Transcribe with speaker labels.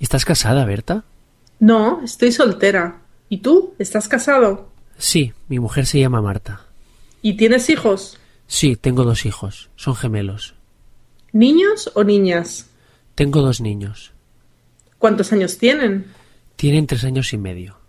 Speaker 1: ¿Estás casada, Berta?
Speaker 2: No, estoy soltera. ¿Y tú? ¿Estás casado?
Speaker 1: Sí, mi mujer se llama Marta.
Speaker 2: ¿Y tienes hijos?
Speaker 1: Sí, tengo dos hijos. Son gemelos.
Speaker 2: ¿Niños o niñas?
Speaker 1: Tengo dos niños.
Speaker 2: ¿Cuántos años tienen?
Speaker 1: Tienen tres años y medio.